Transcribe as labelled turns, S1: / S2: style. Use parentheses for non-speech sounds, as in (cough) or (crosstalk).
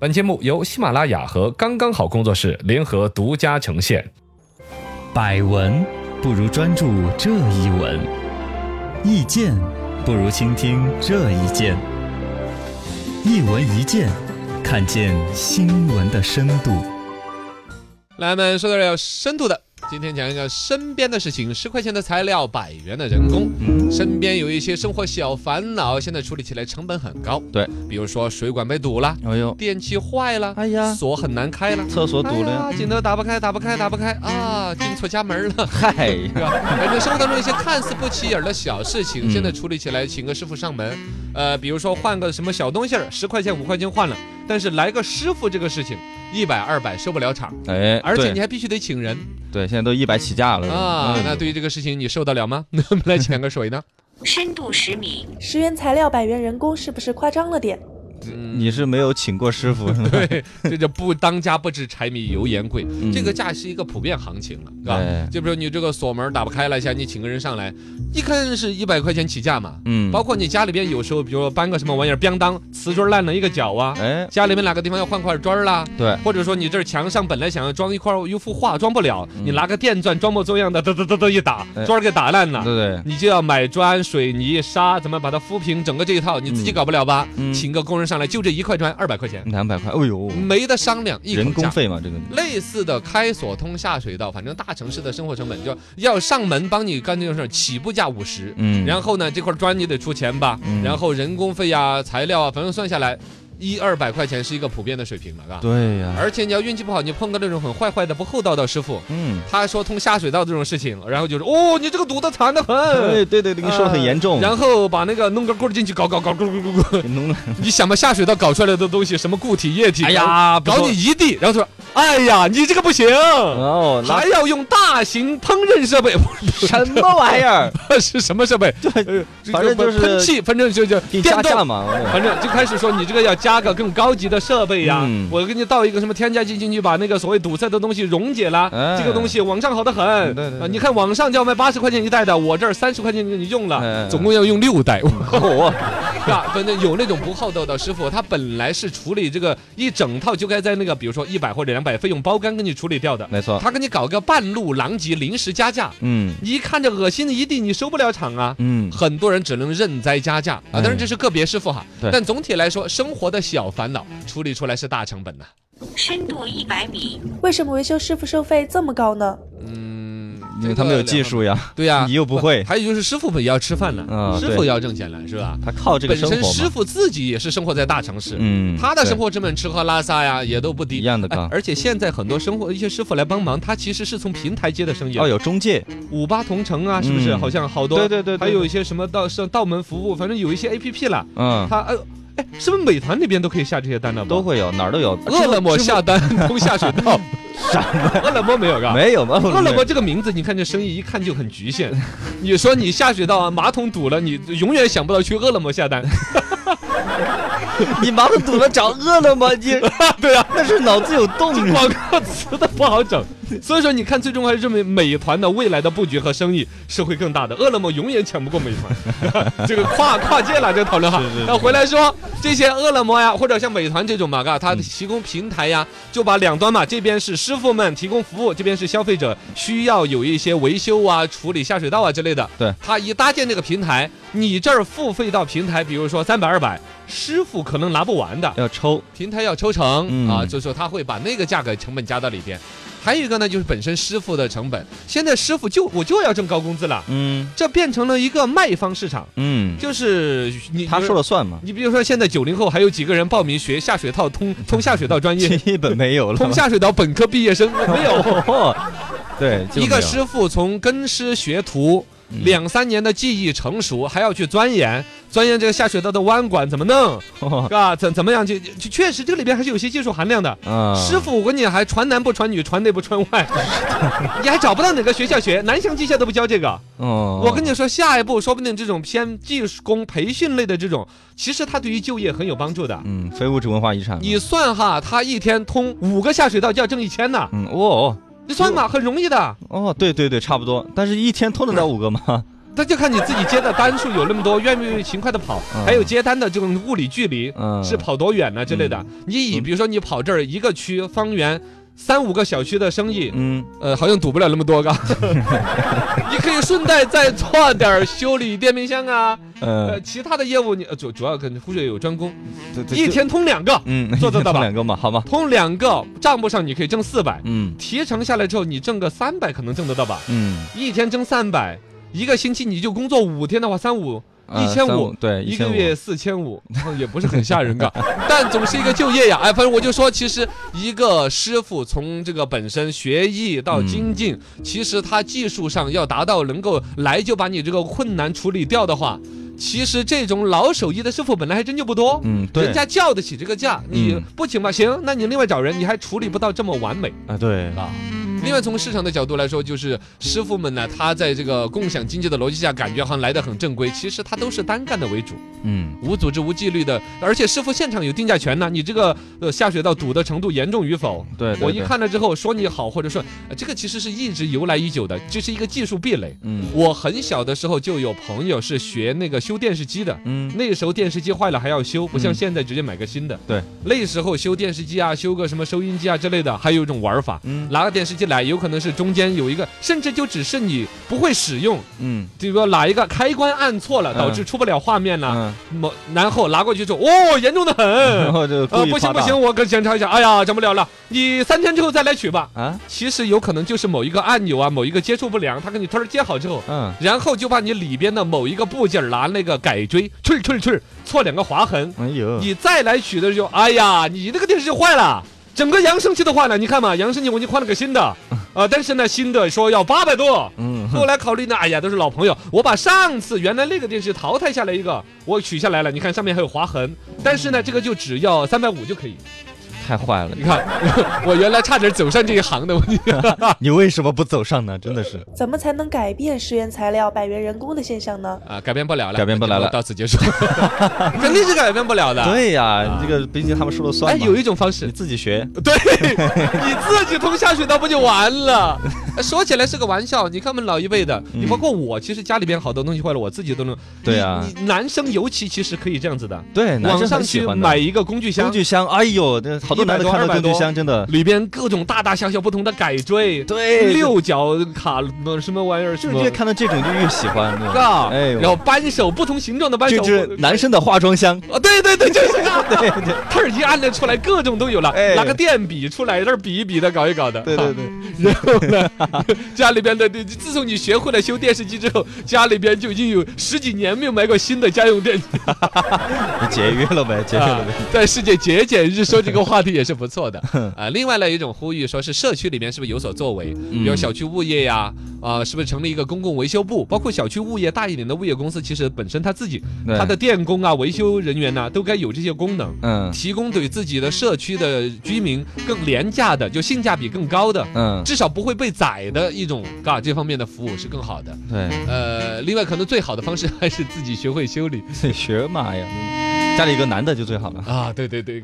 S1: 本节目由喜马拉雅和刚刚好工作室联合独家呈现。
S2: 百闻不如专注这一闻，意见不如倾听这一见。一闻一见，看见新闻的深度。
S3: 来，我们说点有深度的。今天讲一讲身边的事情，十块钱的材料，百元的人工。
S4: 嗯
S3: 身边有一些生活小烦恼，现在处理起来成本很高。
S4: 对，
S3: 比如说水管被堵了，
S4: 哎呦，
S3: 电器坏了，
S4: 哎呀
S3: 锁很难开了，
S4: 厕所堵
S3: 哎呀
S4: 了，嗯
S3: 紧的打不开，打不开，打不开啊，进错家门
S4: (laughs)
S3: 了。
S4: 嗨
S3: 对吧？反正生活当中一些看似不起眼的小事情，
S4: 嗯
S3: 现在处理起来，请个师傅上门，呃，比如说换个什么小东西儿，十块钱五块钱换了，但是来个师傅这个事情，一百二百收不了场，
S4: 哎， (laughs)
S3: 而且
S4: 对
S3: 你还必须得请人
S4: 对，现在都一百起价了
S3: 啊
S4: 嗯。
S3: 那对于这个事情，你受得了吗？ (laughs) 那我们来选个谁
S4: (laughs)
S3: 呢？
S5: 深度十米，
S6: 十元材料百元人工是不是夸张了点？
S3: 嗯，
S4: 你是没有请过师傅，是吧
S3: 对，这就不当家不知柴米油盐贵，
S4: 嗯
S3: 这个价是一个普遍行情了，是吧
S4: 哎？
S3: 就比如你这个锁门打不开了，想你请个人上来，一看是一百块钱起价嘛，
S4: 嗯，
S3: 包括你家里边有时候，比如说搬个什么玩意儿，咣当，瓷砖烂了一个角啊，
S4: 哎，
S3: 家里面哪个地方要换块砖啦，
S4: 对，
S3: 或者说你这儿墙上本来想要装一块一幅画，装不了，
S4: 嗯
S3: 你拿个电钻装模作样的，哒哒哒哒一打，
S4: 哎
S3: 砖儿给打烂
S4: 对
S3: 了。
S4: 对，
S3: 你就要买砖、水泥、沙，怎么把它铺平？整个这一套你自己搞不了吧？
S4: 嗯
S3: 请个工人上来，就这一块砖，二百块钱，
S4: 两百块，哎呦，
S3: 没得商量，一口
S4: 人
S3: 价
S4: 工。费嘛，这个
S3: 类似的开锁通下水道，反正大城市的生活成本就要上门帮你干这种事儿，起步价五十，
S4: 嗯
S3: 然后呢这块砖你得出钱吧，
S4: 嗯
S3: 然后人工费呀、材料啊，反正算下来一二百块钱是一个普遍的水平了，啊。
S4: 对呀，
S3: 而且你要运气不好，你碰到那种很坏坏的、不厚道的师傅，
S4: 嗯，
S3: 他说通下水道这种事情，然后就是哦，你这个堵得惨得很。嗯
S4: 哎，对对对，你说的很严重，
S3: 然后把那个弄个棍儿进去搞搞搞搞搞搞搞，
S4: 给弄了，
S3: 你想吧，下水道搞出来的东西，什么固体、液体，
S4: 哎呀，不
S3: 搞
S4: 错
S3: 你，一地，然后说，哎呀，你这个不行，
S4: 哦，拉
S3: 还要用大型烹饪设备，
S4: 什么玩意儿？
S3: (laughs) 是什么设备？对，
S4: 反正就是
S3: 喷气，反正就就
S4: 给
S3: 电
S4: 加价
S3: 动。
S4: 嘛，我
S3: 反正就开始说你这个要加个更高级的设备呀、
S4: 嗯
S3: 我给你倒一个什么添加剂进去，把那个所谓堵塞的东西溶解啦。
S4: 哎
S3: 这个东西网上好的很，
S4: 对对对
S3: 啊你看网上就要卖八十块钱一袋的，我这儿三十块钱给你用了，
S4: 哎
S3: 总共要用六袋。
S4: 我
S3: 啊，反正 (laughs) 有那种不好斗的师傅，他本来是处理这个一整套就该在那个比如说一百或者两百费用包干给你处理掉的，
S4: 没错，
S3: 他给你搞个半路狼藉，临时加价，
S4: 嗯
S3: 你一看着恶心的一地，你收不了场啊。
S4: 嗯，
S3: 很多人只能认栽加价啊，
S4: 哎
S3: 当然这是个别师傅哈，
S4: 对
S3: 但总体来说，生活的小烦恼处理出来是大成本呐、
S5: 深度一百米，
S6: 为什么维修师傅收费这么高呢？
S3: 嗯，
S4: 因为他没有技，术呀，
S3: 对呀、
S4: 你又不会，
S3: 还有就是师傅们也要吃饭
S4: 啊
S3: 了，
S4: 对
S3: 师傅也要挣钱了，是吧？
S4: 他靠这个
S3: 本
S4: 生
S3: 身
S4: 活
S3: 师
S4: 嘛，
S3: 傅自己也是生活在大城市，
S4: 嗯，
S3: 他的
S4: 对
S3: 生活成本吃喝拉撒呀也都不
S4: 一
S3: 低。
S4: 样的
S3: 哎
S4: 高，
S3: 而且现在很多生活一些师傅来帮忙，他其实是从平台接的生意的
S4: 哦，，有中介，
S3: 五八同城啊，是不是？
S4: 嗯
S3: 好像好多，
S4: 对对对对
S3: 还有一些什么道像道门服务，反正有一些 A P P 了，
S4: 嗯，
S3: 它呃，哎，是不是美团那边都可以下这些单了吧？
S4: 都会有，哪儿都有。
S3: (laughs) 饿了么下
S4: (laughs)
S3: 单通下水道，饿了么没有啊？
S4: 没有吗？
S3: 饿了么这个名字，你看这生意一看就很局限。你说你下水道啊，马桶堵了，你永远想不到去饿了么下单。
S4: 你马桶堵了找饿了么？
S3: (laughs)
S4: 你对啊，那是脑子有啊洞。
S3: 广告词都不好整，所以说你看，最终还是认为美团的未来的布局和生意是会更大的。饿了么永远抢不过美团， (laughs) 这个跨跨界了这个讨论哈。那回来说这些饿了么呀，或者像美团这种嘛，嘎，它提供平台呀，就把两端嘛，这边是师傅们提供服务，这边是消费者需要有一些维修啊、处理下水道啊之类的。
S4: 对，
S3: 它一搭建这个平台，你这儿付费到平台，比如说三百、二百，师傅可能拿不完的。
S4: 要抽，
S3: 平台要抽成、
S4: 嗯
S3: 啊，就是说他会把那个价格成本加到里边。还有一个呢，就是本身师傅的成本，现在师傅就我就要挣高工资了，
S4: 嗯
S3: 这变成了一个卖方市场，
S4: 嗯，
S3: 就是你
S4: 他说。了算嘛？
S3: 你比如说，现在九零后还有几个人报名学下水道
S4: (laughs)
S3: 通通下水道专业，
S4: 基本没有了吧。
S3: 通下水道本科毕业生
S4: (laughs)
S3: 没有？
S4: 哦，对，就
S3: 一个
S4: 没有
S3: 师傅从跟师学徒，
S4: 嗯
S3: 两三年的技艺成熟，还要去钻研钻研这个下水道的弯管怎么
S4: (laughs)
S3: 弄，
S4: (laughs) 哦
S3: 是吧？怎怎么样？就就确实这里边还是有些技术含量的。
S4: 啊，
S3: 师傅，我跟你还传男不传女，传内不传
S4: (laughs)
S3: 外，你还找不到哪个学校学，南翔技校都不教这个。
S4: 哦，
S3: 我跟你说，下一步说不定这种偏技工培训类的这种，其实它对于就业很有帮助的。
S4: 嗯，非物质文化遗产。
S3: 你算哈，他一天通五个下水道就要挣一千呢，
S4: 嗯，哦哦
S3: 你算嘛，很容易的。 (laughs)
S4: 哦，对对对，差不多。但是一天通得了五个吗？
S3: 那就看你自己接的单数有那么多，愿不愿意勤快的跑，
S4: 嗯
S3: 还有接单的这种物理距离、
S4: 嗯
S3: 是跑多远呢之类的。你以比如说你跑这儿一个区方圆三五个小区的生意，
S4: 嗯，
S3: 呃，好像堵不了那么
S4: (laughs)
S3: 多个。你可以顺带再做点儿修理电冰箱啊，呃，
S4: 呃，
S3: 其他的业务你呃主主要跟护士有专攻，
S4: 这这
S3: 一天通两个，
S4: 嗯，
S3: (laughs) 做得到吧
S4: 两个嘛，好吗？
S3: 通两个账目上你可以挣四百，
S4: 嗯
S3: 提成下来之后你挣个三百可能挣得到吧？
S4: 嗯，
S3: 一天挣三百，一个星期你就工作五天的话，三五
S4: 呃
S3: 一千
S4: 三
S3: 五。
S4: 对，
S3: 一
S4: 一
S3: 个
S4: 千五
S3: 月四千
S4: (laughs)
S3: 五，也不是很吓人的，但总是一个就业呀。哎，反正我就说，其实一个师傅从这个本身学艺到
S4: 嗯
S3: 精进，其实他技术上要达到能够来就把你这个困难处理掉的话，其实这种老手艺的师傅本来还真就不多。
S4: 嗯，对，
S3: 人家叫得起这个价，你
S4: 嗯
S3: 不请吧？行，那你另外找人，你还处理不到这么完美。
S4: 啊，对，
S3: 啊。另外，从市场的角度来说，就是师傅们呢，他在这个共享经济的逻辑下，感觉好像来的很正规，其实他都是单干的为主，
S4: 嗯
S3: 无组织、无纪律的，而且师傅现场有定价权呢。你这个呃下水道堵的程度严重与否，
S4: 对，对
S3: 我一
S4: 对
S3: 看了之后说你好或者说、呃这个其实是一直由来已久的，这是一个技术壁垒。
S4: 嗯
S3: 我很小的时候就有朋友是学那个修电视机的，
S4: 嗯
S3: 那时候电视机坏了还要修，不像
S4: 嗯
S3: 现在直接买个新的。
S4: 对，
S3: 那时候修电视机啊，修个什么收音机啊之类的，还有一种玩法，
S4: 嗯
S3: 拿个电视机来，有可能是中间有一个，甚至就只是你不会使用，
S4: 嗯
S3: 比如说哪一个开关按错了，
S4: 嗯
S3: 导致出不了画面了，
S4: 嗯，
S3: 某然后拿过去之后，哦，严重的很，啊
S4: 然
S3: 呃，
S4: 后就故意
S3: 不行
S4: 夸
S3: 不
S4: 大
S3: 行，我给检查一下，哎呀，整不了了，你三天之后再来取吧。
S4: 啊，
S3: 其实有可能就是某一个按钮啊，某一个接触不良，他给你突然接好之后，
S4: 嗯
S3: 然后就把你里边的某一个部件儿拿那个改锥，淬淬淬，错两个划痕。
S4: 哎呦，
S3: 你再来取的时候，哎呀，你那个电视就坏了，整个扬声器都坏了。你看嘛，扬声器我已经换了个新的，呃，但是呢，新的说要八百多。
S4: 嗯
S3: 后来考虑呢，哎呀，都是老朋友，我把上次原来那个电视淘汰下来一个，我取下来了，你看上面还有划痕，但是呢，这个就只要三百五就可以。
S4: 太坏了
S3: 你，看， (laughs) 我原来差点走上这一行的，我 (laughs)
S4: 你为什么不走上呢？真的是，
S6: 怎么才能改变十元材料百元人工的现象呢？
S3: 啊，改变不了了，
S4: 改变不了了
S3: 到此结束， (laughs) 肯定是改变不了的。，
S4: (laughs) 对呀，你这个毕竟他们说了算
S3: 哎，
S4: 嘛，
S3: 有一种方
S4: 你
S3: 式，
S4: 自己学，
S3: (laughs) 对你自己通下水道不就完了？哎说起来是个玩笑，你看我们老一辈的，你包括我，其实家里边好多东西坏了，我自己都能。
S4: 嗯对呀
S3: 你你男生尤其其实可以这样子的，
S4: 对，男
S3: 网
S4: 生
S3: 上
S4: 很喜
S3: 去
S4: 欢的
S3: 买一个工具箱
S4: 工，具箱，哎呦，这好多男
S3: 100
S4: 的
S3: 多
S4: 看到
S3: 200
S4: 工具
S3: 多
S4: 箱真的，
S3: 里边各种大大小小不同的改锥，
S4: 对
S3: 六角卡呃什么玩意儿，什
S4: 就
S3: 么
S4: 越。看到这种就越喜欢，对吧
S3: 啊，
S4: 哎呦
S3: 然后扳手不同形状的扳手，
S4: 就是
S3: 我
S4: 男生的化妆箱，
S3: 啊，对对对，就是
S4: (laughs)
S3: 啊，对对， (laughs) 特儿机按了出来，各种都有了，
S4: 哎
S3: 拿个电笔出来，这儿比一比的，搞一搞的，
S4: 对对对，
S3: 然后呢， (laughs) 家里边的，对自从你学会了修电视机之后，家里边就已经有十几年没有买过新的家用电器
S4: 你节约了呗，节约
S3: 了
S4: 了呗，。
S3: 在世界节俭日说这个话题也是不错的
S4: (laughs)
S3: 啊。另外呢，有一种呼吁说是社区里面是不是有所作为，
S4: 嗯
S3: 比如小区物业呀，啊，是不是成立一个公共维修部？包括小区物业大一点的物业公司，其实本身它自己
S4: 对
S3: 它的电工啊、维修人员呐、都该有这些功能。
S4: 嗯
S3: 提供对自己的社区的居民更廉价的，就性价比更高的，
S4: 嗯，
S3: 至少不会被宰的一种啊这方面的服务是更好的。
S4: 对，
S3: 呃，另外可能最好的方式还是自己学会修理
S4: (laughs) 嗯自己学嘛呀，家里有个男的就最好了。
S3: 啊，对对对。